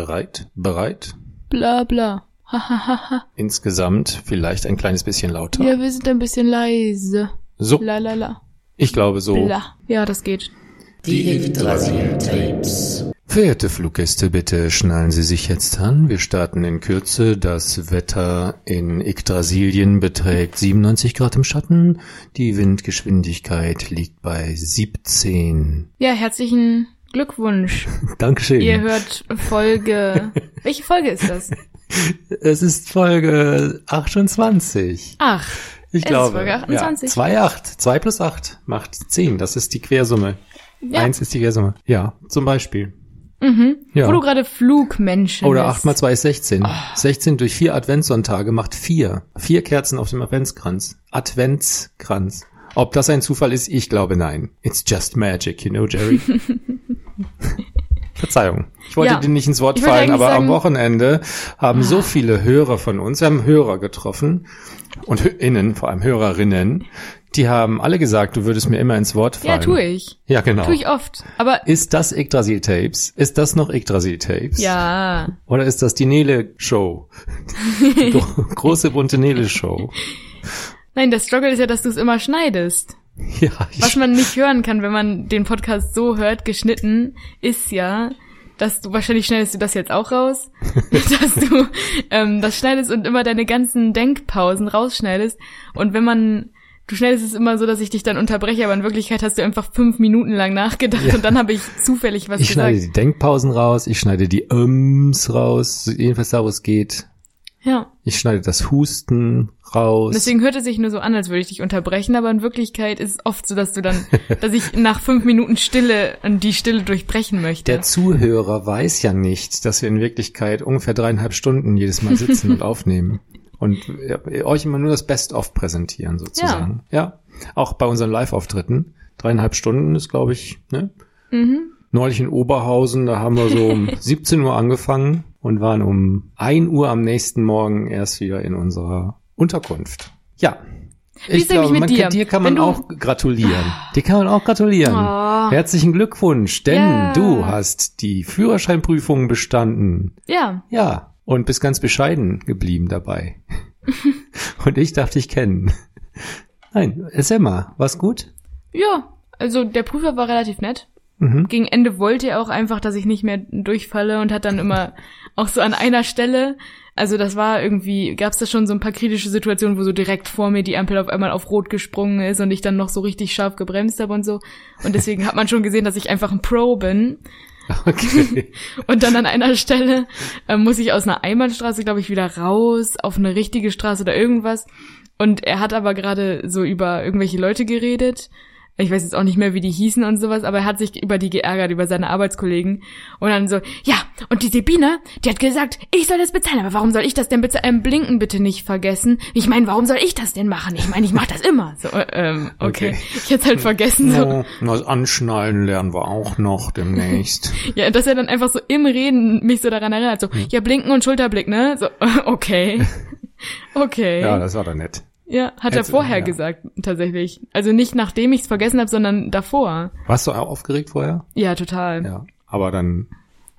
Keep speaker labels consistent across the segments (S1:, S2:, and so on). S1: Bereit? Bereit?
S2: Bla bla. Hahaha.
S1: Insgesamt vielleicht ein kleines bisschen lauter.
S2: ja, wir sind ein bisschen leise.
S1: So,
S2: La la la.
S1: ich glaube so.
S2: Bla. Ja, das geht.
S1: Verehrte Fluggäste, bitte schnallen Sie sich jetzt an. Wir starten in Kürze. Das Wetter in Yggdrasilien beträgt 97 Grad im Schatten. Die Windgeschwindigkeit liegt bei 17.
S2: Ja, herzlichen Glückwunsch.
S1: Dankeschön.
S2: Ihr hört Folge. Welche Folge ist das?
S1: Es ist Folge 28.
S2: Ach,
S1: Ich
S2: ist
S1: glaube.
S2: Folge 28.
S1: Ja, 2, 8. 2 plus 8 macht 10. Das ist die Quersumme.
S2: Ja.
S1: Eins ist die Quersumme. Ja, zum Beispiel. Mhm. Ja.
S2: wo du gerade Flugmenschen
S1: Oder
S2: bist. Ah.
S1: 8 mal 2 ist 16. 16 durch 4 Adventssonntage macht 4. Vier Kerzen auf dem Adventskranz. Adventskranz. Ob das ein Zufall ist, ich glaube nein. It's just magic, you know, Jerry. Verzeihung. Ich wollte
S2: Ja.
S1: dir nicht ins Wort
S2: Ich wollte
S1: fallen,
S2: eigentlich
S1: aber am
S2: sagen- Ah.
S1: Wochenende haben so viele Hörer von uns, wir haben Hörer getroffen und Hö- innen, vor allem Hörerinnen, die haben alle gesagt, du würdest mir immer ins Wort fallen.
S2: Ja, tue ich.
S1: Ja, genau.
S2: Tue ich oft. Aber
S1: Ist das Yggdrasil Tapes? Ist das noch Yggdrasil Tapes?
S2: ja,
S1: Oder ist das die Nele-Show? Die gro große bunte Nele-Show.
S2: nein, der Struggle ist ja, dass du es immer schneidest.
S1: Ja, ich,
S2: Was man nicht hören kann, wenn man den Podcast so hört, geschnitten, ist ja, dass du wahrscheinlich schneidest du das jetzt auch raus, dass du ähm, das schneidest und immer deine ganzen Denkpausen rausschneidest. Und wenn man Du schneidest es immer so, dass ich dich dann unterbreche, aber in Wirklichkeit hast du einfach fünf Minuten lang nachgedacht und dann habe ich zufällig was
S1: ich schneide
S2: gesagt.
S1: die Denkpausen raus, ich schneide die Öms raus, jedenfalls da, wo es geht.
S2: Ja.
S1: Ich schneide das Husten raus.
S2: Deswegen hört es sich nur so an, als würde ich dich unterbrechen, aber in Wirklichkeit ist es oft so, dass du dann, dass ich nach fünf Minuten Stille und die Stille durchbrechen möchte.
S1: der Zuhörer weiß ja nicht, dass wir in Wirklichkeit ungefähr dreieinhalb Stunden jedes Mal sitzen und aufnehmen. Und äh, euch immer nur das Best-of präsentieren, sozusagen. Ja. Auch bei unseren Live-Auftritten. Dreieinhalb Stunden ist, glaube ich, ne?
S2: Mhm.
S1: neulich in Oberhausen, da haben wir so um 17 Uhr angefangen und waren um 1 Uhr am nächsten Morgen erst wieder in unserer Unterkunft. Ja.
S2: ist
S1: Ich
S2: eigentlich mit
S1: man
S2: dir?
S1: Kann, dir kann man
S2: Wenn du-
S1: auch gratulieren. Dir kann man auch gratulieren.
S2: Oh.
S1: Herzlichen Glückwunsch, denn
S2: Ja.
S1: du hast die Führerscheinprüfung bestanden.
S2: ja,
S1: Ja. Und bist ganz bescheiden geblieben dabei. und ich darf dich kennen. Nein, erzähl mal, war's gut?
S2: ja. Also der Prüfer war relativ nett.
S1: Mhm.
S2: Gegen Ende wollte er auch einfach, dass ich nicht mehr durchfalle und hat dann immer auch so an einer Stelle, also das war irgendwie, gab es da schon so ein paar kritische Situationen, wo so direkt vor mir die Ampel auf einmal auf Rot gesprungen ist und ich dann noch so richtig scharf gebremst habe und so. Und deswegen hat man schon gesehen, dass ich einfach ein Pro bin.
S1: Okay.
S2: Und dann an einer Stelle äh, muss ich aus einer Einbahnstraße, glaube ich, wieder raus auf eine richtige Straße oder irgendwas. Und er hat aber gerade so über irgendwelche Leute geredet. Ich weiß jetzt auch nicht mehr, wie die hießen und sowas, aber er hat sich über die geärgert, über seine Arbeitskollegen. Und dann so, ja, und die Sebine, die hat gesagt, ich soll das bezahlen, aber warum soll ich das denn bitte ähm, Blinken bitte nicht vergessen? Ich meine, warum soll ich das denn machen? Ich meine, ich mache das immer. So, äh, ähm, okay.
S1: Okay.
S2: Ich hätte halt vergessen. So.
S1: Oh, das Anschnallen lernen wir auch noch demnächst.
S2: Ja, dass er dann einfach so im Reden mich so daran erinnert, so,
S1: Mhm.
S2: ja, blinken und Schulterblick, ne? So, okay. Okay.
S1: ja,
S2: Ja,
S1: das war doch nett.
S2: hat er
S1: Jetzt-
S2: vorher
S1: ja.
S2: gesagt, tatsächlich. Also nicht nachdem ich's vergessen habe, sondern davor.
S1: Warst du auch aufgeregt vorher?
S2: Ja, total.
S1: Ja. Aber dann.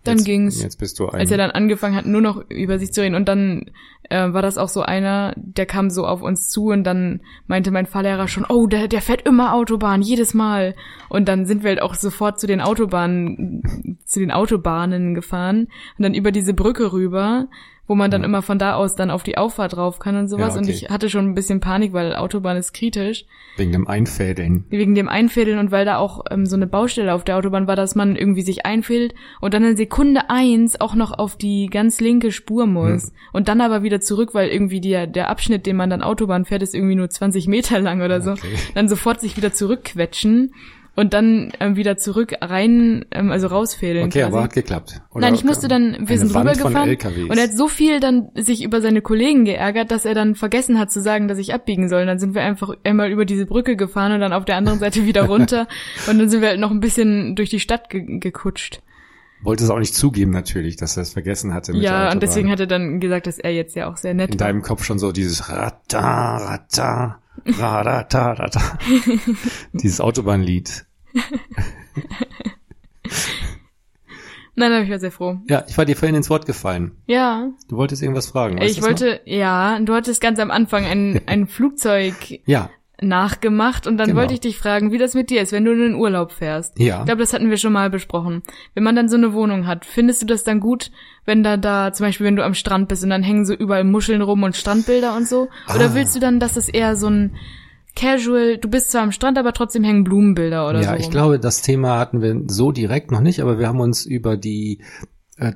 S2: Dann
S1: jetzt,
S2: ging's.
S1: Jetzt bist du ein.
S2: Als er dann angefangen hat, nur noch über sich zu reden. Und dann äh, war das auch so einer, der kam so auf uns zu und dann meinte mein Fahrlehrer schon, oh, der, der fährt immer Autobahn, jedes Mal. Und dann sind wir halt auch sofort zu den Autobahnen, zu den Autobahnen gefahren und dann über diese Brücke rüber, wo man dann immer von da aus dann auf die Auffahrt drauf kann und sowas.
S1: Ja,
S2: Und
S1: okay.
S2: ich hatte schon ein bisschen Panik, weil Autobahn ist kritisch
S1: wegen dem Einfädeln.
S2: wegen dem Einfädeln und weil da auch ähm, so eine Baustelle auf der Autobahn war, dass man irgendwie sich einfädelt und dann in Sekunde eins auch noch auf die ganz linke Spur muss und dann aber wieder zurück, weil irgendwie der, der Abschnitt, den man dann Autobahn fährt, ist irgendwie nur 20 Meter lang oder so.
S1: Okay.
S2: Dann sofort sich wieder zurückquetschen und dann ähm, wieder zurück rein, ähm, also rausfädeln.
S1: Okay,
S2: quasi.
S1: aber hat geklappt. Oder
S2: Nein, ich musste dann, wir
S1: eine Wand
S2: sind
S1: Von
S2: rübergefahren
S1: LKWs.
S2: und er hat so viel dann sich über seine Kollegen geärgert, dass er dann vergessen hat zu sagen, dass ich abbiegen soll. Und dann sind wir einfach einmal über diese Brücke gefahren und dann auf der anderen Seite wieder runter und dann sind wir halt noch ein bisschen durch die Stadt ge gekutscht.
S1: Wollte es auch nicht zugeben, natürlich, dass er es vergessen hatte. Mit der
S2: ja,
S1: Autobahn.
S2: und deswegen hat er dann gesagt, dass er jetzt ja auch sehr
S1: In
S2: nett war.
S1: deinem Kopf schon so dieses Rata, Rata, Radata, Rata. dieses Autobahnlied.
S2: Nein, da bin ich war sehr froh.
S1: Ja, ich war dir vorhin ins Wort gefallen.
S2: Ja.
S1: Du wolltest irgendwas fragen. weißt
S2: ich
S1: du's noch?
S2: wollte, ja, du hattest ganz am Anfang ein, ein Flugzeug
S1: Ja,
S2: nachgemacht und dann
S1: Genau.
S2: wollte ich dich fragen, wie das mit dir ist, wenn du in den Urlaub fährst.
S1: Ja.
S2: Ich glaube, das hatten wir schon mal besprochen. Wenn man dann so eine Wohnung hat, findest du das dann gut, wenn da da, zum Beispiel wenn du am Strand bist und dann hängen so überall Muscheln rum und Strandbilder und so? Oder
S1: Ah.
S2: willst du dann, dass das eher so ein Casual, du bist zwar am Strand, aber trotzdem hängen Blumenbilder oder so?
S1: ja, ich
S2: rum?
S1: glaube, das Thema hatten wir so direkt noch nicht, aber wir haben uns über die äh,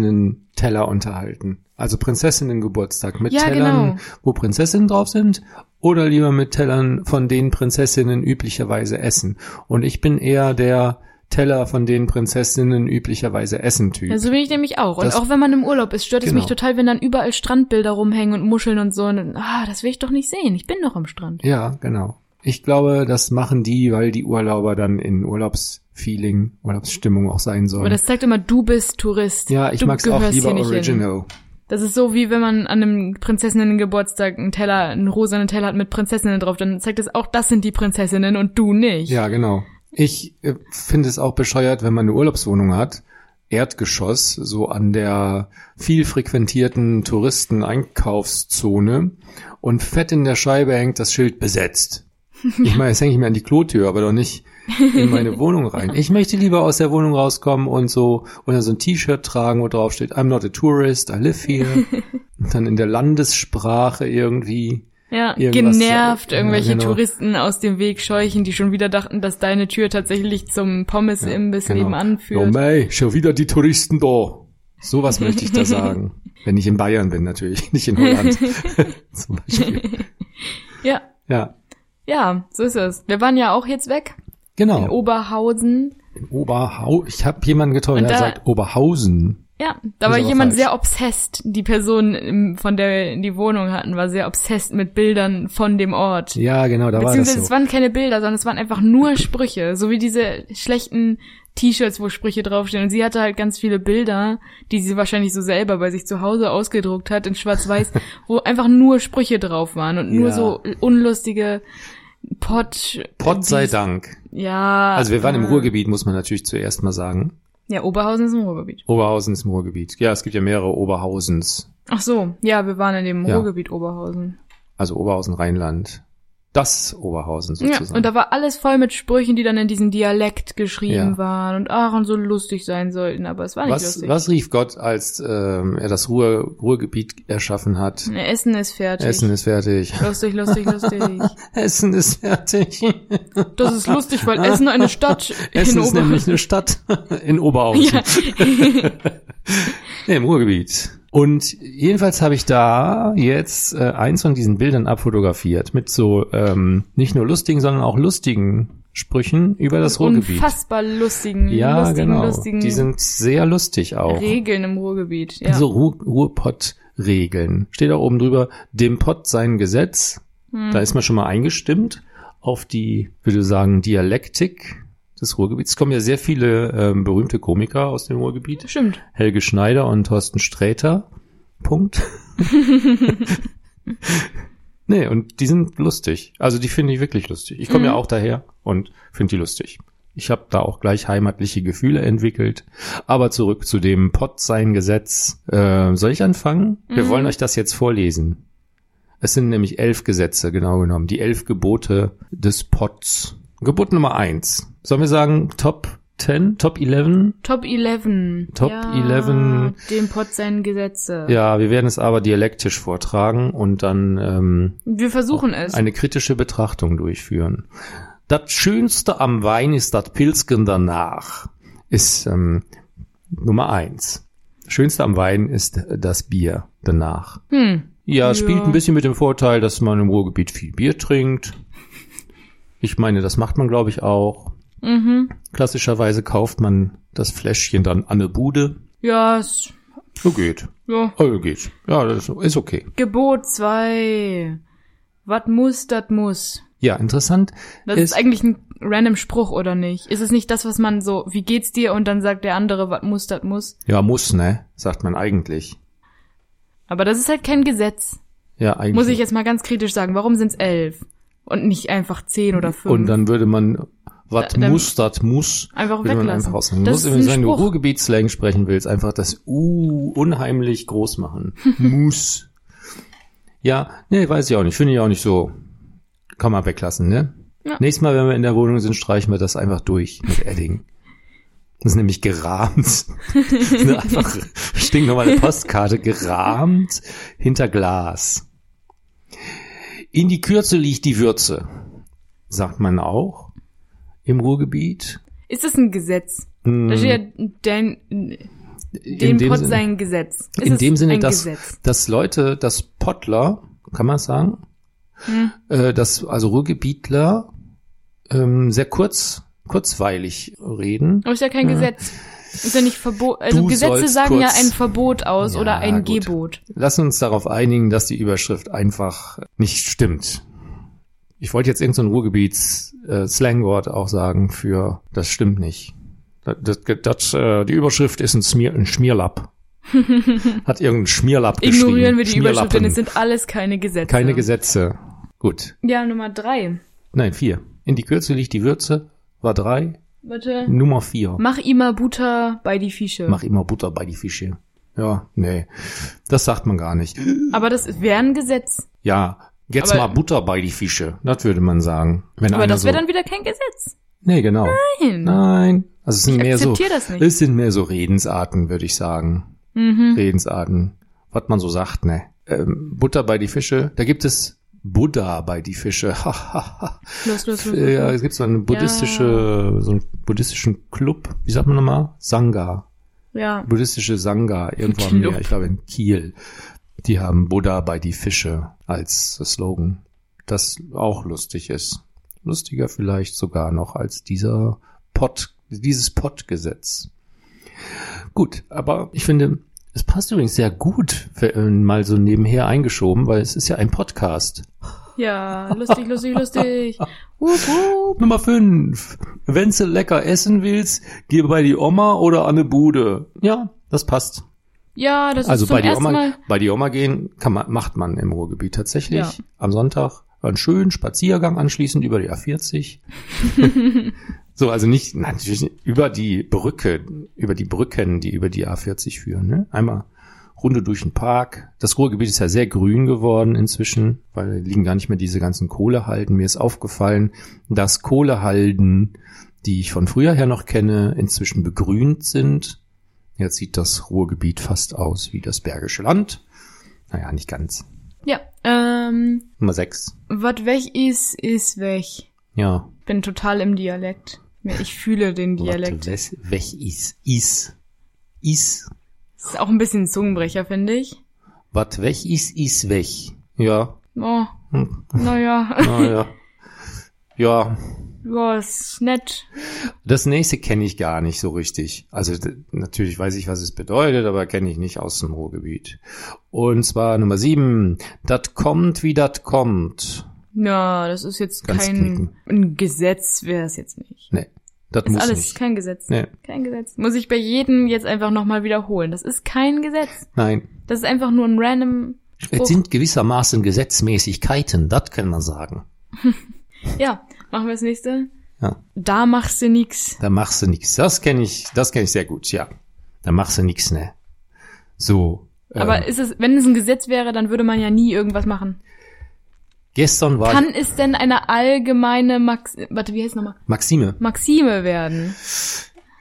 S1: Prinzessinnen-Teller unterhalten. Also Prinzessinnen-Geburtstag mit
S2: Ja,
S1: Tellern,
S2: genau.
S1: wo Prinzessinnen drauf sind oder lieber mit Tellern, von denen Prinzessinnen üblicherweise essen. Und ich bin eher der Teller, von denen Prinzessinnen üblicherweise essen Typ.
S2: Ja, so bin ich nämlich auch. Und
S1: Das-
S2: auch wenn man im Urlaub ist, stört es
S1: Genau.
S2: mich total, wenn dann überall Strandbilder rumhängen und Muscheln und so. Und, ah, das will ich doch nicht sehen. Ich bin doch am Strand.
S1: ja, genau. Ich glaube, das machen die, weil die Urlauber dann in Urlaubsfeeling, Urlaubsstimmung auch sein
S2: Aber
S1: sollen.
S2: das zeigt immer, du bist Tourist.
S1: ja, ich
S2: du
S1: mag's auch
S2: gehörst
S1: lieber
S2: hier nicht Hin.
S1: original.
S2: Das ist so wie wenn man an einem Prinzessinnen-Geburtstag einen Teller, einen rosanen Teller hat mit Prinzessinnen drauf, dann zeigt das auch, das sind die Prinzessinnen und du nicht.
S1: Ja, genau. Ich äh, finde es auch bescheuert, wenn man eine Urlaubswohnung hat, Erdgeschoss, so an der viel frequentierten Touristen-Einkaufszone und fett in der Scheibe hängt das Schild besetzt. Ich meine, jetzt hänge ich mir an die Klotür, aber doch nicht in meine Wohnung rein. Ich möchte lieber aus der Wohnung rauskommen und so oder so ein T-Shirt tragen, wo drauf steht, I'm not a tourist, I live here. Und dann in der Landessprache irgendwie.
S2: Ja,
S1: Irgendwas-
S2: genervt
S1: Ja,
S2: irgendwelche
S1: genau.
S2: Touristen aus dem Weg scheuchen, die schon wieder dachten, dass deine Tür tatsächlich zum Pommes-Imbiss nebenan
S1: Oh
S2: führt.
S1: mei, schon wieder die Touristen da. Sowas möchte ich da sagen. Wenn ich in Bayern bin natürlich, nicht in Holland. Zum Beispiel.
S2: ja,
S1: Ja,
S2: ja, so ist es. Wir waren ja auch jetzt weg in
S1: genau.
S2: Oberhausen.
S1: Oberhau ich habe jemanden getroffen,
S2: Und
S1: der
S2: da-
S1: sagt Oberhausen.
S2: Ja, da war
S1: aber
S2: jemand
S1: falsch.
S2: sehr obsessed. Die Person, im- von der die Wohnung hatten, war sehr obsessed mit Bildern von dem Ort.
S1: Ja, genau, da war das
S2: Beziehungsweise es
S1: so.
S2: waren keine Bilder, sondern es waren einfach nur Sprüche. So wie diese schlechten T-Shirts, wo Sprüche draufstehen. Und sie hatte halt ganz viele Bilder, die sie wahrscheinlich so selber bei sich zu Hause ausgedruckt hat in Schwarz-Weiß, wo einfach nur Sprüche drauf waren und nur
S1: Ja.
S2: so unlustige Pott.
S1: Gott sei Dank.
S2: Ja.
S1: Also wir waren im
S2: äh,
S1: Ruhrgebiet, muss man natürlich zuerst mal sagen.
S2: Ja, Oberhausen ist im Ruhrgebiet.
S1: Oberhausen ist im Ruhrgebiet. Ja, es gibt ja mehrere Oberhausens.
S2: Ach so, ja, wir waren in dem
S1: Ja.
S2: Ruhrgebiet Oberhausen.
S1: Also Oberhausen-Rheinland. Das Oberhausen
S2: Ja,
S1: sozusagen.
S2: und da war alles voll mit Sprüchen, die dann in diesem Dialekt geschrieben
S1: Ja.
S2: waren und ach und so lustig sein sollten, aber es war nicht
S1: was,
S2: lustig.
S1: was rief Gott, als ähm, er das Ruhr, Ruhrgebiet erschaffen hat?
S2: Ne, Essen ist fertig.
S1: Essen ist fertig.
S2: Lustig, lustig, lustig.
S1: Essen ist fertig.
S2: Das ist lustig, weil Essen eine Stadt
S1: Essen
S2: in
S1: ist
S2: Ober.
S1: nämlich eine Stadt in Oberhausen,
S2: Ja.
S1: nee, im Ruhrgebiet. Und jedenfalls habe ich da jetzt äh, eins von diesen Bildern abfotografiert mit so ähm, nicht nur lustigen, sondern auch lustigen Sprüchen über das Ruhrgebiet.
S2: Unfassbar lustigen,
S1: ja,
S2: lustigen,
S1: genau.
S2: lustigen
S1: Die sind sehr lustig auch.
S2: Regeln im Ruhrgebiet. Ja.
S1: So Ru Ruhrpott-Regeln. Steht da oben drüber, dem Pott sein Gesetz. Da ist man schon mal eingestimmt auf die, würde ich sagen, Dialektik des Ruhrgebiets. Es kommen ja sehr viele ähm, berühmte Komiker aus dem Ruhrgebiet.
S2: Stimmt.
S1: Helge Schneider und Thorsten Sträter. Punkt. nee, und die sind lustig. Also die finde ich wirklich lustig. Ich komme ja auch daher und finde die lustig. Ich habe da auch gleich heimatliche Gefühle entwickelt. Aber zurück zu dem Pott sein Gesetz. Äh, soll ich anfangen? Wir
S2: Mhm.
S1: wollen euch das jetzt vorlesen. Es sind nämlich elf Gesetze, genau genommen. Die elf Gebote des Potts. Gebot Nummer eins. Sollen wir sagen Top 10, Top 11?
S2: Top 11.
S1: Top
S2: ja,
S1: 11.
S2: Dem Pott seinen Gesetze.
S1: Ja, wir werden es aber dialektisch vortragen und dann ähm,
S2: Wir versuchen es.
S1: eine kritische Betrachtung durchführen. Das Schönste am Wein ist das Pilzgen danach. Ist ähm, Nummer eins. Das Schönste am Wein ist das Bier danach.
S2: Hm.
S1: Ja,
S2: Ja.
S1: es spielt ein bisschen mit dem Vorteil, dass man im Ruhrgebiet viel Bier trinkt. Ich meine, das macht man, glaube ich, auch.
S2: Mhm.
S1: Klassischerweise kauft man das Fläschchen dann an eine Bude.
S2: Ja, es,
S1: So geht.
S2: ja.
S1: Oh, geht. Ja, das ist okay.
S2: Gebot 2. Was muss, dat muss.
S1: Ja, interessant.
S2: Das ist, eigentlich ein random Spruch, oder nicht? Ist es nicht das, was man so, wie geht's dir? Und dann sagt der andere, was muss, dat muss.
S1: ja, muss, ne? Sagt man eigentlich.
S2: Aber das ist halt kein Gesetz.
S1: Ja, eigentlich.
S2: Muss ich jetzt mal ganz kritisch sagen. Warum sind's elf? Und nicht einfach zehn oder fünf?
S1: Und dann würde man Was
S2: Da- dann-
S1: muss, das muss.
S2: Einfach
S1: will man
S2: weglassen.
S1: einfach rausnehmen. Du
S2: Das
S1: musst
S2: ist
S1: irgendwie,
S2: ein
S1: wenn du
S2: Spruch.
S1: Ruhrgebietsslang sprechen willst, einfach das U unheimlich groß machen. muss. Ja, nee, weiß ich auch nicht. Finde ich auch nicht so. Kann man weglassen, ne?
S2: Ja.
S1: Nächstes Mal, wenn wir in der Wohnung sind, streichen wir das einfach durch mit Edding. Das ist nämlich gerahmt. Das ist einfach stinknormale Postkarte, gerahmt hinter Glas. In die Kürze liegt die Würze, sagt man auch im Ruhrgebiet.
S2: Ist das ein Gesetz? Da steht ja dein,
S1: Hm, Mhm. in
S2: dem
S1: dem
S2: Pott
S1: Sinne,
S2: sein Gesetz. Ist
S1: in
S2: es
S1: dem Sinne
S2: ein
S1: dass,
S2: Gesetz?
S1: dass Leute, dass Pottler, kann man sagen,
S2: Hm.
S1: äh, dass also Ruhrgebietler ähm, sehr kurz, kurzweilig reden.
S2: Aber ist ja kein
S1: Ja.
S2: Gesetz. Ist ja nicht Verbot. Also
S1: Du
S2: Gesetze
S1: sollst
S2: sagen ja
S1: kurz-
S2: ein Verbot aus
S1: Ja,
S2: oder ein
S1: gut.
S2: Gebot.
S1: Lass uns darauf einigen, dass die Überschrift einfach nicht stimmt. Ich wollte jetzt irgendein so Ruhrgebiets-Slangwort auch sagen für das stimmt nicht. Das, das, das, äh, die Überschrift ist ein, Smier, ein Schmierlapp. Hat irgendein Schmierlapp geschrieben.
S2: Ignorieren wir die Überschrift, denn
S1: Schmierlappen.
S2: es sind alles keine Gesetze.
S1: Keine Gesetze. Gut.
S2: Ja, Nummer drei.
S1: Nein, vier. In die Kürze liegt die Würze. War drei.
S2: Warte.
S1: Nummer vier.
S2: Mach immer Butter bei die Fische.
S1: Mach immer Butter bei die Fische. Ja, nee. Das sagt man gar nicht.
S2: Aber das wäre ein Gesetz.
S1: Ja, jetzt
S2: Aber-
S1: mal Butter bei die Fische. Das würde man sagen. Wenn
S2: Aber
S1: einer
S2: das wäre
S1: so,
S2: dann wieder kein Gesetz.
S1: Nee, genau.
S2: Nein.
S1: also- Nein. Also es sind
S2: Ich
S1: mehr so.
S2: akzeptiere das nicht.
S1: Es sind mehr so Redensarten, würde ich sagen.
S2: Mhm.
S1: Redensarten. Was man so sagt, ne? Ähm, Butter bei die Fische. Da gibt es Buddha bei die Fische. Ha, ha, ha.
S2: Los, los, los.
S1: Äh, Ja, es gibt so eine buddhistische, so einen buddhistischen Club, wie sagt man nochmal? Sangha.
S2: ja.
S1: Buddhistische Sangha, irgendwo am
S2: Club.
S1: Meer, ich glaube in Kiel. Die haben Buddha bei die Fische als Slogan. Das auch lustig ist. Lustiger vielleicht sogar noch als dieser Pott, dieses Pottgesetz. Gut, aber ich finde, es passt übrigens sehr gut, äh, mal so nebenher eingeschoben, weil es ist ja ein Podcast.
S2: ja, lustig, lustig, lustig. Wup, wup.
S1: Nummer 5. Wenn du lecker essen willst, geh bei die Oma oder an eine Bude. Ja, das passt.
S2: Ja, das
S1: also
S2: ist zum
S1: bei die,
S2: ersten
S1: Oma,
S2: Mal.
S1: bei die Oma gehen kann man, macht man im Ruhrgebiet tatsächlich.
S2: Ja.
S1: Am Sonntag einen schönen Spaziergang anschließend über die A40. so, also nicht, nein, natürlich nicht, über die Brücke, über die Brücken, die über die A40 führen. Ne? Einmal Runde durch den Park. Das Ruhrgebiet ist ja sehr grün geworden inzwischen, weil liegen gar nicht mehr diese ganzen Kohlehalden. Mir ist aufgefallen, dass Kohlehalden, die ich von früher her noch kenne, inzwischen begrünt sind. Jetzt sieht das Ruhrgebiet fast aus wie das Bergische Land. Naja, nicht ganz.
S2: Ja. Ähm,
S1: Nummer sechs.
S2: was weg ist, ist weg.
S1: Ja.
S2: Bin total im Dialekt. Ich fühle den Dialekt.
S1: Wes, wech is, is, is.
S2: Das ist auch ein bisschen ein Zungenbrecher, finde ich.
S1: Wat wech is, is wech. Ja.
S2: Oh,
S1: Hm.
S2: naja.
S1: Naja. ja.
S2: Ja, ist nett.
S1: Das nächste kenne ich gar nicht so richtig. Also d- natürlich weiß ich, was es bedeutet, aber kenne ich nicht aus dem Ruhrgebiet. Und zwar Nummer sieben. Dat kommt, wie dat kommt.
S2: Na, das ist jetzt
S1: Ganz
S2: kein
S1: knicken.
S2: ein Gesetz, wäre es jetzt nicht.
S1: Nee, dat
S2: Das ist
S1: muss
S2: alles
S1: nicht.
S2: kein Gesetz.
S1: Nee,
S2: Kein Gesetz. Muss ich bei jedem jetzt einfach nochmal wiederholen. Das ist kein Gesetz.
S1: nein.
S2: Das ist einfach nur ein random Spruch.
S1: Es sind gewissermaßen Gesetzmäßigkeiten, das kann man sagen.
S2: ja, machen wir das nächste.
S1: Ja.
S2: Da machst du nix.
S1: Da machst du nix. Das kenne ich, das kenne ich sehr gut, ja. Da machst du nix, ne? So.
S2: Aber
S1: ähm,
S2: ist es, wenn es ein Gesetz wäre, dann würde man ja nie irgendwas machen.
S1: gestern war
S2: Kann es denn eine allgemeine Max, warte, wie heißt nochmal?
S1: Maxime.
S2: Maxime werden.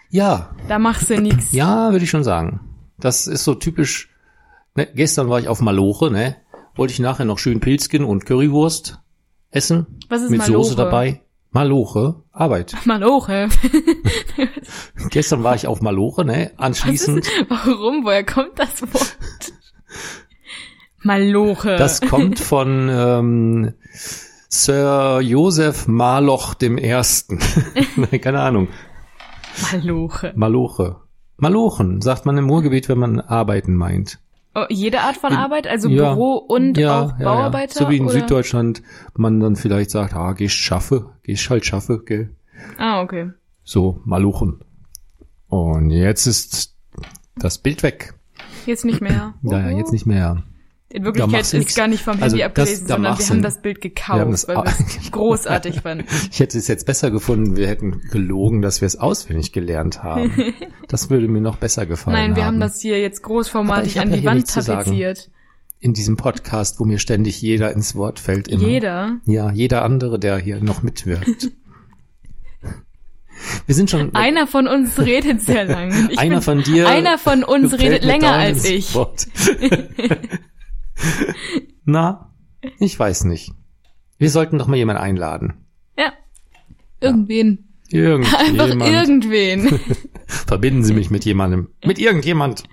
S1: Ja,
S2: Da machst du nix.
S1: Ja, würde ich schon sagen. Das ist so typisch. Ne, gestern war ich auf Maloche, ne? Wollte ich nachher noch schön Pilzchen und Currywurst essen.
S2: Was ist
S1: mit
S2: Maloche?
S1: Soße dabei. Maloche, Arbeit.
S2: Mal hoch, hä?
S1: gestern war ich auf Maloche, ne? Anschließend,
S2: Warum? Woher kommt das Wort? Maloche.
S1: das kommt von ähm, Sir Josef Maloch dem Ersten. Ne, Keine Ahnung.
S2: Maloche.
S1: Maloche. Malochen, sagt man im Ruhrgebiet, wenn man arbeiten meint.
S2: Oh, jede Art von Arbeit, also
S1: Äh, Ja.
S2: Büro und auch Bauarbeiter.
S1: So wie in
S2: oder?
S1: Süddeutschland man dann vielleicht sagt, ah, gehst schaffe, gehst halt schaffe, gell?
S2: Ah, okay.
S1: So, Maluchen. Und jetzt ist das Bild weg.
S2: Jetzt nicht mehr.
S1: Naja, jetzt nicht mehr.
S2: In
S1: Da
S2: Wirklichkeit
S1: machst
S2: ist
S1: du nix.
S2: gar nicht vom Handy
S1: Also das-
S2: abgelesen,
S1: da
S2: sondern wir
S1: machst du-
S2: haben das Bild gekauft,
S1: wir haben das Ah, genau.
S2: weil
S1: au-
S2: wir es großartig fanden.
S1: Ich hätte es jetzt besser gefunden, wir hätten gelogen, dass wir es auswendig gelernt haben. Das würde mir noch besser gefallen
S2: Nein, wir haben
S1: haben
S2: das hier jetzt
S1: Aber ich
S2: großformatig
S1: hab
S2: an
S1: ja
S2: die
S1: hier
S2: Wand
S1: nichts zu sagen.
S2: tapeziert.
S1: in diesem Podcast, wo mir ständig jeder ins Wort fällt. Immer.
S2: Jeder.
S1: Ja, jeder andere, der hier noch mitwirkt. Wir sind schon
S2: Einer von uns redet sehr lange. Ich
S1: Einer von dir
S2: Einer von uns
S1: fällt
S2: redet
S1: mir
S2: länger
S1: dauernd
S2: als
S1: ins
S2: ich.
S1: Wort. Na, ich weiß nicht. Wir sollten doch mal jemanden einladen.
S2: Ja. Irgendwen. Einfach
S1: Irgendjemand.
S2: irgendwen.
S1: Verbinden Sie mich mit jemandem. Mit irgendjemand.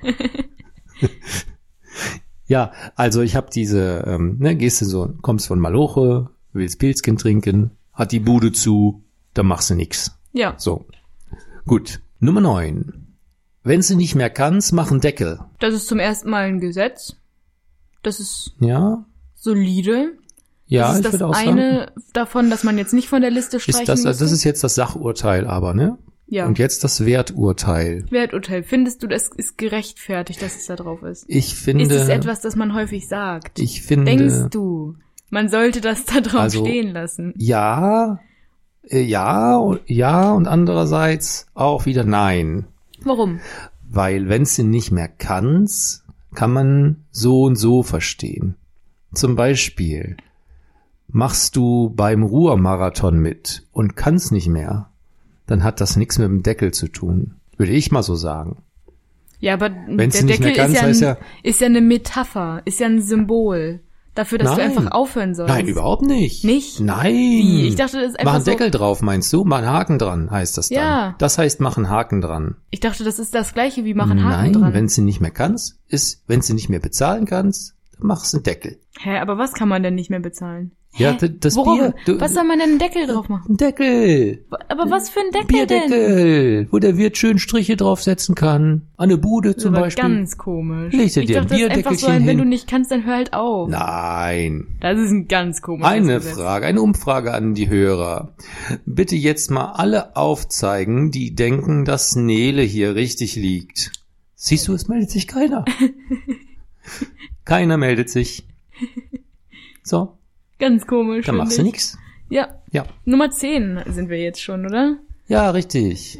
S1: ja, also ich habe diese, ähm, ne, gehst du so, kommst von Maloche, willst Pilzchen trinken, hat die Bude zu, dann machst du nix.
S2: Ja.
S1: So. Gut. Nummer neun. Wenn du nicht mehr kannst, mach einen Deckel.
S2: Das ist zum ersten Mal ein Gesetz. Das ist
S1: Ja,
S2: solide.
S1: ja,
S2: das
S1: ich
S2: ist
S1: würde
S2: das
S1: auch sagen.
S2: eine davon, dass man jetzt nicht von der Liste streichen
S1: Ist das, also
S2: müsste.
S1: das ist jetzt das Sachurteil aber, ne?
S2: ja.
S1: Und jetzt das Werturteil.
S2: Werturteil. Findest du, das ist gerechtfertigt, dass es da drauf ist?
S1: Ich finde,
S2: Ist es etwas, das man häufig sagt?
S1: ich finde,
S2: Denkst du, man sollte das da drauf
S1: Also-
S2: stehen lassen?
S1: ja, äh, ja, und- ja und andererseits auch wieder nein.
S2: Warum?
S1: Weil wenn sie nicht mehr kannst, kann man so und so verstehen. Zum Beispiel, machst du beim Ruhrmarathon mit und kannst nicht mehr, dann hat das nichts mit dem Deckel zu tun. Würde ich mal so sagen.
S2: Ja, aber
S1: Wenn's
S2: der
S1: nicht mehr
S2: Deckel
S1: ganz
S2: ist, ja ein,
S1: heißt ja-
S2: ist ja eine Metapher, ist ja ein Symbol dafür, dass du
S1: Nein.
S2: einfach aufhören sollst.
S1: Nein, überhaupt nicht.
S2: Nicht?
S1: Nein.
S2: Wie? Ich dachte, das ist einfach
S1: Mach einen
S2: so-
S1: Deckel drauf, meinst du? Mach einen Haken dran, heißt das dann.
S2: Ja.
S1: Das heißt, mach einen Haken dran.
S2: Ich dachte, das ist das gleiche wie machen Haken
S1: Nein,
S2: dran.
S1: wenn sie nicht mehr kannst, ist, wenn sie nicht mehr bezahlen kannst, dann machst du einen Deckel.
S2: Hä, aber was kann man denn nicht mehr bezahlen?
S1: Ja, d- das
S2: Worum?
S1: Bier. Du,
S2: was soll man denn einen Deckel drauf machen?
S1: ein Deckel.
S2: Aber was für ein Deckel denn?
S1: Bierdeckel, wo der Wirt schön Striche draufsetzen kann. An eine Bude
S2: Das
S1: zum
S2: war
S1: Beispiel.
S2: ganz komisch.
S1: Leg dir
S2: ich
S1: dir ein
S2: dachte, das ist einfach so
S1: Bierdeckelchen
S2: ein, wenn
S1: hin.
S2: du nicht kannst, dann hör halt auf.
S1: Nein.
S2: Das ist ein ganz komisches
S1: Eine
S2: Gesetz.
S1: Frage, eine Umfrage an die Hörer. Bitte jetzt mal alle aufzeigen, die denken, dass Nele hier richtig liegt. Siehst du, es meldet sich keiner. keiner meldet sich. So,
S2: Ganz komisch.
S1: dann
S2: finde
S1: machst du
S2: ich.
S1: nix.
S2: Ja,
S1: Ja.
S2: Nummer 10 sind wir jetzt schon, oder?
S1: Ja, richtig.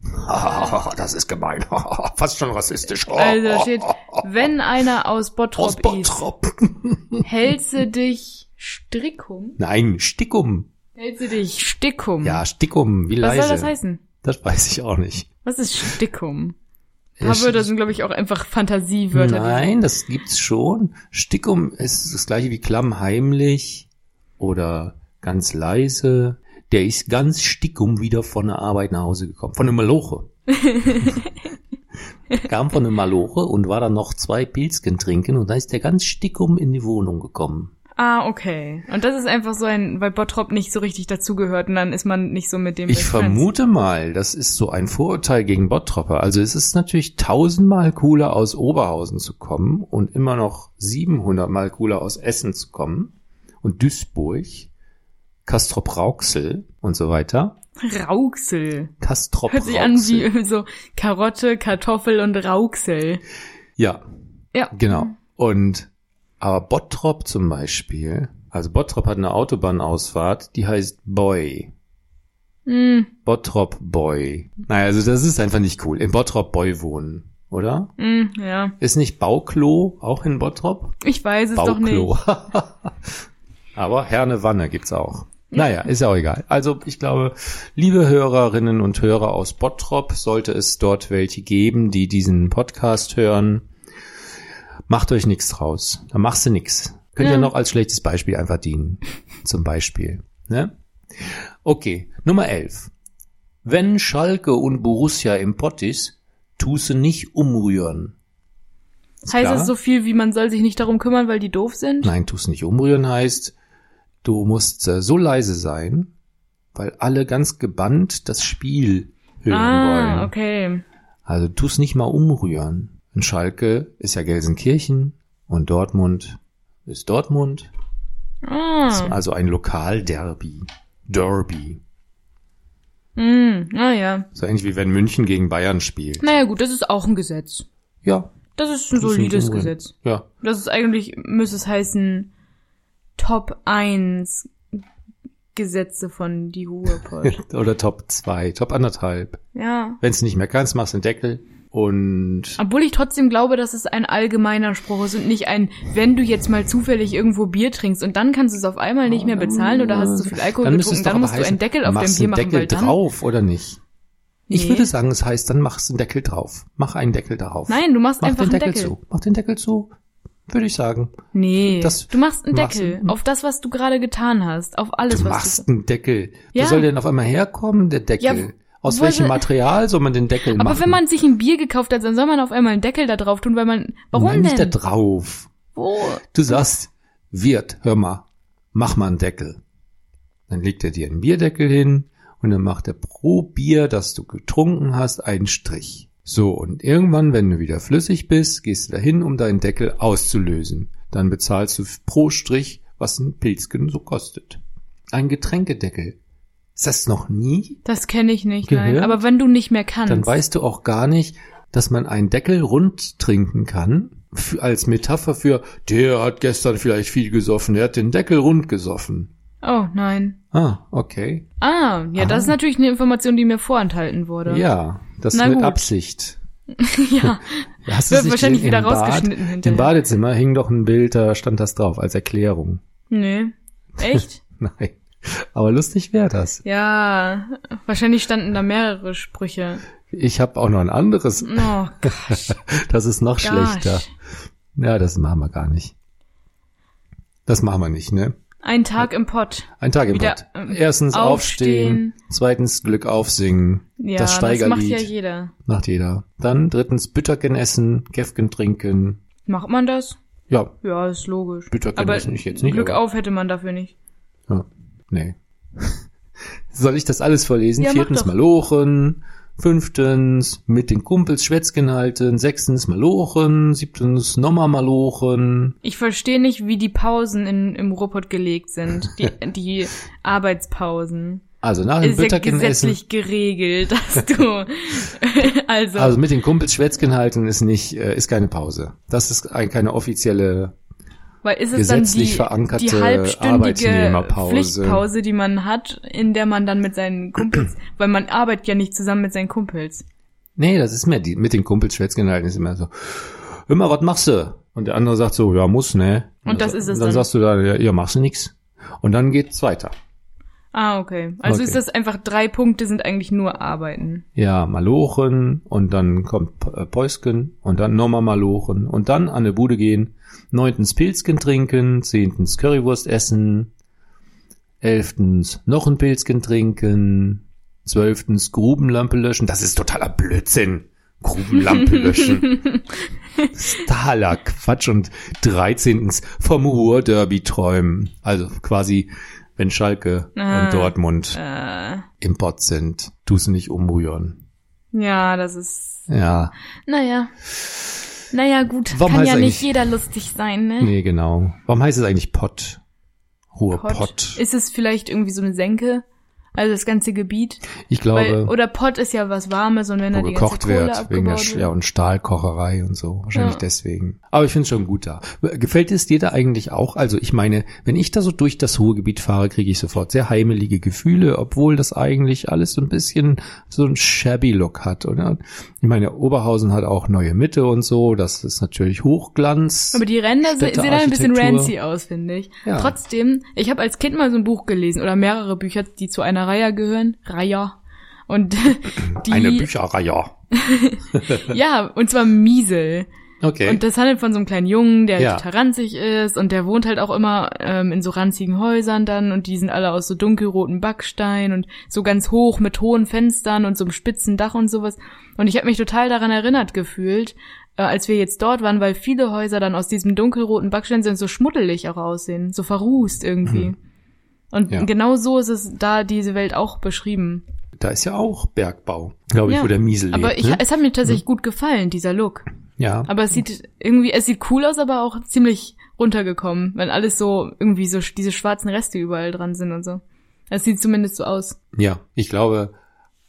S1: das ist gemein. Fast schon rassistisch.
S2: Also da steht, wenn einer aus Bottrop,
S1: Oh. Aus Bottrop.
S2: ist, hältse dich Strickum.
S1: Nein, Stickum.
S2: Hältse dich Stickum.
S1: Ja, Stickum, wie
S2: Mhm. Was
S1: leise.
S2: soll das heißen?
S1: Das weiß ich auch nicht.
S2: Was ist Stickum? Ein paar Wörter sind, glaube ich, auch einfach Fantasiewörter. die-
S1: Nein, das gibt's schon. Stickum ist das gleiche wie klammheimlich oder ganz leise. Der ist ganz stickum wieder von der Arbeit nach Hause gekommen. Von der Maloche. Kam von der Maloche und war dann noch zwei Pilzchen trinken und da ist der ganz stickum in die Wohnung gekommen.
S2: Ah, okay. Und das ist einfach so ein, weil Bottrop nicht so richtig dazugehört und dann ist man nicht so mit dem.
S1: Ich
S2: Best Friends.
S1: vermute mal, das ist so ein Vorurteil gegen Bottropper. Also es ist natürlich tausendmal cooler aus Oberhausen zu kommen und immer noch 700 mal cooler aus Essen zu kommen und Duisburg, Kastrop Rauxel und so weiter.
S2: Rauxel.
S1: Kastrop
S2: Hört sich an
S1: Rauxel.
S2: wie so Karotte, Kartoffel und Rauxel.
S1: ja,
S2: Ja.
S1: genau. Und aber Bottrop zum Beispiel, also Bottrop hat eine Autobahnausfahrt, die heißt Boy.
S2: Mm,
S1: Bottrop Boy. Naja, also das ist einfach nicht cool. In Bottrop Boy wohnen, oder?
S2: mm, ja.
S1: Ist nicht Bauklo auch in Bottrop?
S2: Ich weiß es doch
S1: Bauklo.
S2: nicht.
S1: Aber Herne Wanne gibt's auch. Naja, ist ja auch egal. Also ich glaube, liebe Hörerinnen und Hörer aus Bottrop, sollte es dort welche geben, die diesen Podcast hören, macht euch nichts draus. Da machst du nichts. Könnt
S2: Ja.
S1: ihr noch als schlechtes Beispiel einfach dienen. Zum Beispiel. Ne? Okay, Nummer 11. Wenn Schalke und Borussia im Pott ist, tust du nicht umrühren. Ist
S2: Heißt
S1: klar?
S2: es so viel wie man soll sich nicht darum kümmern, weil die doof sind?
S1: Nein, tust nicht umrühren heißt, du musst äh, so leise sein, weil alle ganz gebannt das Spiel hören
S2: ah,
S1: wollen.
S2: okay.
S1: Also tust nicht mal umrühren. Und Schalke ist ja Gelsenkirchen und Dortmund ist Dortmund. Ist
S2: Ah,
S1: also ein Lokalderby. Derby.
S2: mm, naja. hm, ah,
S1: So ähnlich wie wenn München gegen Bayern spielt.
S2: Naja gut, das ist auch ein Gesetz.
S1: Ja,
S2: Das ist ein solides
S1: Win-Win.
S2: Gesetz.
S1: Ja.
S2: Das ist eigentlich, müsste es heißen, Top 1 Gesetze von die Ruhrpott.
S1: Oder Top 2, Top anderthalb.
S2: ja.
S1: Wenn es nicht mehr kannst, machst du den Deckel. Und
S2: Obwohl ich trotzdem glaube, dass es ein allgemeiner Spruch ist und nicht ein, wenn du jetzt mal zufällig irgendwo Bier trinkst und dann kannst du es auf einmal nicht mehr bezahlen oder hast zu viel Alkohol
S1: dann müsste es
S2: getrunken,
S1: doch
S2: dann
S1: aber
S2: musst du
S1: heißen,
S2: einen Deckel auf dein
S1: machst
S2: Bier
S1: einen
S2: machen,
S1: Deckel
S2: weil dann.
S1: drauf oder nicht? Ich
S2: Nee.
S1: würde sagen, es heißt, dann machst du einen Deckel drauf. Mach einen Deckel drauf.
S2: Nein, du machst
S1: mach
S2: einfach
S1: den
S2: einen
S1: Deckel,
S2: Deckel.
S1: zu. Mach den Deckel zu. Würde ich sagen.
S2: Nee,
S1: Das-
S2: du machst einen
S1: machst
S2: Deckel
S1: einen-
S2: auf das, was du gerade getan hast, auf alles,
S1: du
S2: was
S1: machst einen Deckel.
S2: Ja.
S1: Wo soll der denn auf einmal herkommen, der Deckel?
S2: Ja,
S1: Aus
S2: wo
S1: welchem
S2: soll-
S1: Material soll man den Deckel
S2: du... Aber
S1: machen?
S2: wenn man sich ein Bier gekauft hat, dann soll man auf einmal einen Deckel da drauf tun, weil man... Warum
S1: Nein, nicht da
S2: denn? Oh,
S1: drauf.
S2: Wo?
S1: Du sagst, Wirt, hör mal, mach mal einen Deckel. Dann legt er dir einen Bierdeckel hin und dann macht er pro Bier, das du getrunken hast, einen Strich. So, und irgendwann, wenn du wieder flüssig bist, gehst du dahin, um deinen Deckel auszulösen. Dann bezahlst du pro Strich, was ein Pilzken so kostet. Ein Getränkedeckel. Ist das noch nie?
S2: Das kenne ich nicht, nein.
S1: Gehört?
S2: Aber wenn du nicht mehr kannst.
S1: Dann weißt du auch gar nicht, dass man einen Deckel rund trinken kann, f- als Metapher für, der hat gestern vielleicht viel gesoffen, der hat den Deckel rund gesoffen.
S2: oh, nein.
S1: Ah, okay.
S2: Ah, ja, das
S1: Ah.
S2: ist natürlich eine Information, die mir vorenthalten wurde.
S1: Ja, das
S2: Na
S1: mit
S2: gut.
S1: Absicht.
S2: ja.
S1: Hast du
S2: Wird
S1: es nicht
S2: wahrscheinlich
S1: gesehen?
S2: wieder
S1: Im Bad-
S2: rausgeschnitten hinterher.
S1: Im Badezimmer hing doch ein Bild, da stand das drauf, als Erklärung.
S2: Nee. Echt?
S1: Nein. Aber lustig wäre das.
S2: ja. Wahrscheinlich standen da mehrere Sprüche.
S1: Ich habe auch noch ein anderes,
S2: Oh,
S1: das ist noch schlechter.
S2: gosh.
S1: Ja, das machen wir gar nicht. Das machen wir nicht, ne?
S2: Ein Tag im Pott.
S1: Ein Tag im
S2: Wieder,
S1: Bad.
S2: ähm,
S1: Erstens aufstehen,
S2: aufstehen.
S1: zweitens Glück aufsingen,
S2: Ja,
S1: das
S2: das, macht ja
S1: Steigerlied
S2: jeder.
S1: macht jeder. Dann drittens Bütterken essen, Käfken trinken.
S2: Macht man das?
S1: Ja,
S2: Ja, ist logisch.
S1: Bütterken
S2: Aber
S1: essen ich jetzt nicht.
S2: Glück
S1: aber,
S2: auf hätte man dafür nicht.
S1: Ja, nee. Soll ich das alles vorlesen?
S2: Ja, mach
S1: viertens
S2: doch.
S1: Malochen, fünftens mit den Kumpels Schwätzgen halten, sechstens Malochen, siebtens nochmal Malochen.
S2: Ich verstehe nicht, wie die Pausen in, im Ruhrpott gelegt sind. Die, die Arbeitspausen.
S1: Also nach dem
S2: Ist ja
S1: Bütterken essen.
S2: gesetzlich geregelt, dass du... also,
S1: Also mit den Kumpels Schwätzgen halten ist nicht, äh, ist keine Pause. Das ist ein, keine offizielle
S2: Weil ist es
S1: gesetzlich
S2: dann
S1: verankerte
S2: die, die halbstündige
S1: Arbeitnehmerpause.
S2: Pflichtpause, die man hat, in der man dann mit seinen Kumpels, weil man arbeitet ja nicht zusammen mit seinen Kumpels.
S1: Nee, das ist mehr die, mit den Kumpels schwätzen gehalten ist immer so, immer, was machst du? Und der andere sagt so, ja, muss, ne?
S2: Und das
S1: sa-
S2: ist es
S1: Dann
S2: dann.
S1: sagst du da, ja, ja machst du nix. Und dann geht's weiter.
S2: Ah, okay. Also
S1: Okay.
S2: ist das einfach drei Punkte sind eigentlich nur Arbeiten.
S1: Ja, Malochen und dann kommt P- äh, Päusken und dann nochmal Malochen und dann an der Bude gehen. Neuntens Pilzken trinken, zehntens Currywurst essen, elftens noch ein Pilzken trinken, zwölftens Grubenlampe löschen. Das ist totaler Blödsinn. Grubenlampe löschen. Staler Quatsch und dreizehntens vom Ruhr-Derby träumen. Also quasi, wenn Schalke
S2: Ah,
S1: und Dortmund
S2: Äh,
S1: im Pott sind, tust du nicht umrühren.
S2: ja, das ist.
S1: Ja,
S2: Naja. Naja, gut.
S1: Warum
S2: Kann
S1: heißt
S2: ja
S1: eigentlich-
S2: nicht jeder lustig sein, ne?
S1: nee, genau. Warum heißt es eigentlich Pott?
S2: Pott.
S1: Ruhrpott.
S2: Ist es vielleicht irgendwie so eine Senke? Also das ganze Gebiet?
S1: Ich
S2: Weil,
S1: glaube,
S2: oder Pott ist ja was Warmes und wenn
S1: wo
S2: da die ganze
S1: gekocht
S2: Kohle
S1: wird, wegen der
S2: abgebaut
S1: Sch-
S2: wird.
S1: ja, und Stahlkocherei und so. Wahrscheinlich
S2: Ja.
S1: deswegen. Aber ich finde es schon gut da. Gefällt es dir da eigentlich auch? Also ich meine, wenn ich da so durch das Ruhrgebiet fahre, kriege ich sofort sehr heimelige Gefühle, obwohl das eigentlich alles so ein bisschen so ein shabby Look hat, oder? Ich meine, Oberhausen hat auch neue Mitte und so. Das ist natürlich Hochglanz.
S2: Aber die Ränder se- sehen ein bisschen
S1: Städtearchitektur.
S2: rancy aus, finde ich.
S1: Ja.
S2: Trotzdem, ich habe als Kind mal so ein Buch gelesen oder mehrere Bücher, die zu einer Reihe gehören. Reihe. Und die,
S1: Eine Bücherreihe.
S2: ja, und zwar Miesel.
S1: Okay.
S2: Und das handelt von so einem kleinen Jungen, der
S1: Ja.
S2: total ranzig ist und der wohnt halt auch immer ähm, in so ranzigen Häusern dann und die sind alle aus so dunkelroten Backstein und so ganz hoch mit hohen Fenstern und so einem spitzen Dach und sowas. Und ich habe mich total daran erinnert gefühlt, äh, als wir jetzt dort waren, weil viele Häuser dann aus diesem dunkelroten Backstein sind so schmuddelig auch aussehen, so verrußt irgendwie. Und
S1: Mhm. Ja.
S2: genau so ist es da diese Welt auch beschrieben.
S1: Da ist ja auch Bergbau, glaube ich,
S2: Ja.
S1: wo der Miesel lebt.
S2: Aber ich,
S1: ne?
S2: es hat mir tatsächlich gut gefallen, dieser Look.
S1: ja.
S2: Aber es sieht irgendwie, es sieht cool aus, aber auch ziemlich runtergekommen, wenn alles so irgendwie so sch- diese schwarzen Reste überall dran sind und so. Es sieht zumindest so aus.
S1: ja, ich glaube,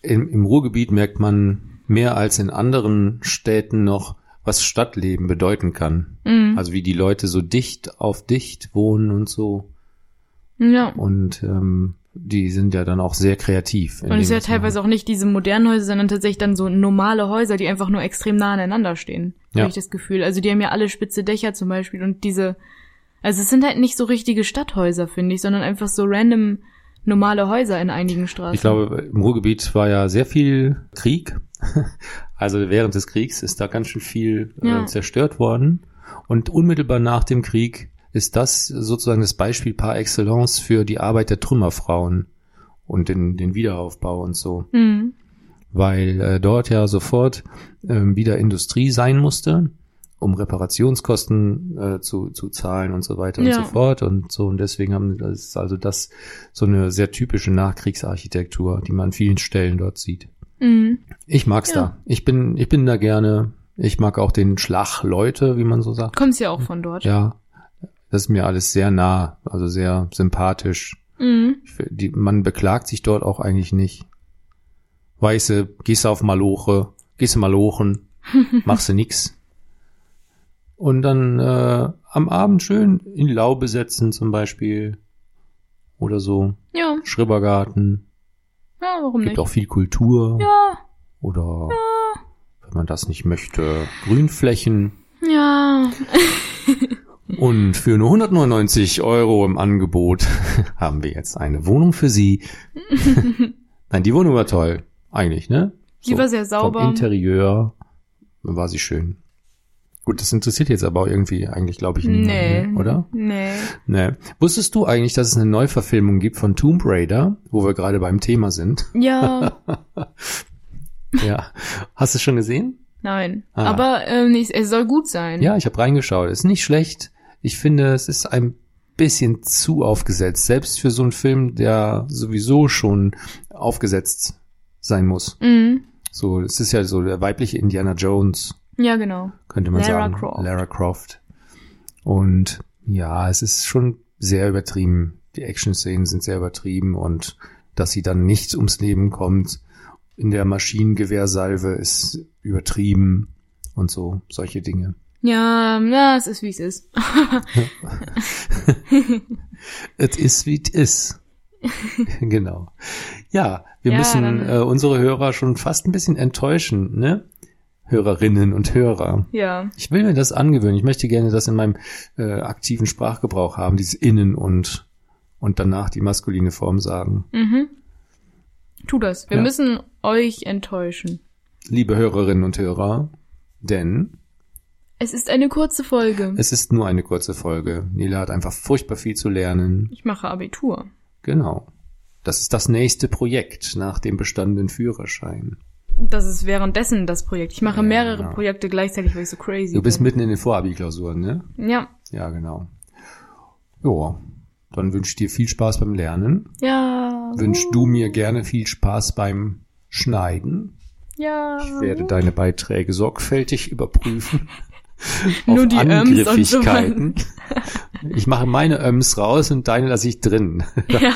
S1: im, im Ruhrgebiet merkt man mehr als in anderen Städten noch, was Stadtleben bedeuten kann.
S2: Mhm.
S1: Also wie die Leute so dicht auf dicht wohnen und so.
S2: Ja.
S1: Und ähm, die sind ja dann auch sehr kreativ. in
S2: Und es ist
S1: dem,
S2: ja
S1: was sie machen.
S2: teilweise auch nicht diese modernen Häuser, sondern tatsächlich dann so normale Häuser, die einfach nur extrem nah aneinander stehen.
S1: Ja.
S2: Habe ich das Gefühl. Also die haben ja alle spitze Dächer zum Beispiel und diese, also es sind halt nicht so richtige Stadthäuser, finde ich, sondern einfach so random normale Häuser in einigen Straßen.
S1: Ich glaube, im Ruhrgebiet war ja sehr viel Krieg. Also während des Kriegs ist da ganz schön viel äh,
S2: Ja.
S1: zerstört worden. Und unmittelbar nach dem Krieg ist das sozusagen das Beispiel par excellence für die Arbeit der Trümmerfrauen und den, den Wiederaufbau und so.
S2: Mhm.
S1: Weil äh, dort ja sofort ähm, wieder Industrie sein musste, um Reparationskosten äh, zu, zu zahlen und so weiter
S2: Ja.
S1: und so fort. Und so, und deswegen haben das ist also das so eine sehr typische Nachkriegsarchitektur, die man an vielen Stellen dort sieht.
S2: Mhm.
S1: Ich mag's
S2: Ja.
S1: da. Ich bin, ich bin da gerne. Ich mag auch den Schlag Leute, wie man so sagt.
S2: Kommst ja auch von dort.
S1: Ja. Das ist mir alles sehr nah, also sehr sympathisch.
S2: Mhm.
S1: Ich fi- Die, man beklagt sich dort auch eigentlich nicht. Weiße, gehst du auf Maloche, gehst du Malochen, machst du nix. Und dann äh, am Abend schön in die Laube setzen zum Beispiel. Oder so.
S2: Ja.
S1: Schribbergarten.
S2: ja, warum
S1: Gibt
S2: nicht?
S1: auch viel Kultur.
S2: Ja,
S1: Oder wenn man das nicht möchte, Grünflächen.
S2: ja.
S1: Und für nur 199 Euro im Angebot haben wir jetzt eine Wohnung für Sie. Nein, die Wohnung war toll. Eigentlich, ne?
S2: Die war sehr
S1: Vom
S2: sauber.
S1: Interieur war sie schön. Gut, das interessiert jetzt aber irgendwie eigentlich, glaube ich,
S2: Nee.
S1: niemanden, ne, oder?
S2: Nee.
S1: Nee. Wusstest du eigentlich, dass es eine Neuverfilmung gibt von Tomb Raider, wo wir gerade beim Thema sind?
S2: Ja,
S1: Ja. Hast du es schon gesehen?
S2: nein.
S1: Ah.
S2: Aber ähm, es, es soll gut sein.
S1: Ja, ich habe reingeschaut. Ist nicht schlecht. Ich finde, es ist ein bisschen zu aufgesetzt. Selbst für so einen Film, der sowieso schon aufgesetzt sein muss.
S2: Mhm.
S1: So, es ist ja so der weibliche Indiana Jones,
S2: Ja, genau.
S1: könnte man
S2: Lara
S1: sagen.
S2: Croft.
S1: Lara Croft. Und ja, es ist schon sehr übertrieben. Die Action-Szenen sind sehr übertrieben und dass sie dann nicht ums Leben kommt in der Maschinengewehrsalve ist übertrieben und so, solche Dinge.
S2: Ja, na, es ist wie es ist.
S1: Es ist wie es ist. genau. Ja, wir
S2: Ja,
S1: müssen
S2: dann-
S1: äh, unsere Hörer schon fast ein bisschen enttäuschen, ne? Hörerinnen und Hörer.
S2: ja.
S1: Ich will mir das angewöhnen. Ich möchte gerne das in meinem äh, aktiven Sprachgebrauch haben, dieses Innen und und danach die maskuline Form sagen.
S2: Mhm. Tu das. Wir
S1: Ja.
S2: müssen euch enttäuschen.
S1: Liebe Hörerinnen und Hörer, denn
S2: Es ist eine kurze Folge.
S1: es ist nur eine kurze Folge. Nila hat einfach furchtbar viel zu lernen.
S2: ich mache Abitur.
S1: Genau. Das ist das nächste Projekt nach dem bestandenen Führerschein.
S2: Das ist währenddessen das Projekt. Ich mache
S1: Ja,
S2: mehrere
S1: genau.
S2: Projekte gleichzeitig, weil ich so crazy
S1: Du bist
S2: bin.
S1: mitten in den Vorabi-Klausuren, ne?
S2: Ja.
S1: Ja, genau. Ja, dann wünsche ich dir viel Spaß beim Lernen.
S2: Ja.
S1: Wünsch
S2: Mhm.
S1: du mir gerne viel Spaß beim Schneiden.
S2: Ja.
S1: Ich werde deine Beiträge sorgfältig überprüfen.
S2: Nur die Öms und
S1: Angriffigkeiten. Ich mache meine Öms raus und deine lasse ich drin.
S2: ja.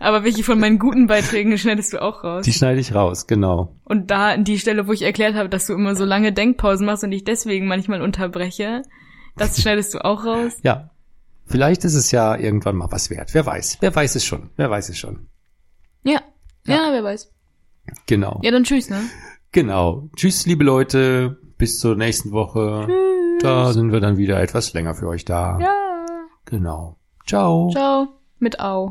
S2: Aber welche von meinen guten Beiträgen schneidest du auch raus?
S1: Die schneide ich raus, genau.
S2: und da an die Stelle, wo ich erklärt habe, dass du immer so lange Denkpausen machst und ich deswegen manchmal unterbreche, das schneidest du auch raus.
S1: Ja. Vielleicht ist es ja irgendwann mal was wert. Wer weiß. Wer weiß es schon. Wer weiß es schon.
S2: Ja. Ja, wer weiß.
S1: Genau.
S2: Ja, dann tschüss, ne?
S1: Genau. Tschüss, liebe Leute. Bis zur nächsten Woche. Da sind wir dann wieder etwas länger für euch da.
S2: Ja.
S1: Genau. Ciao.
S2: Ciao. Mit Au.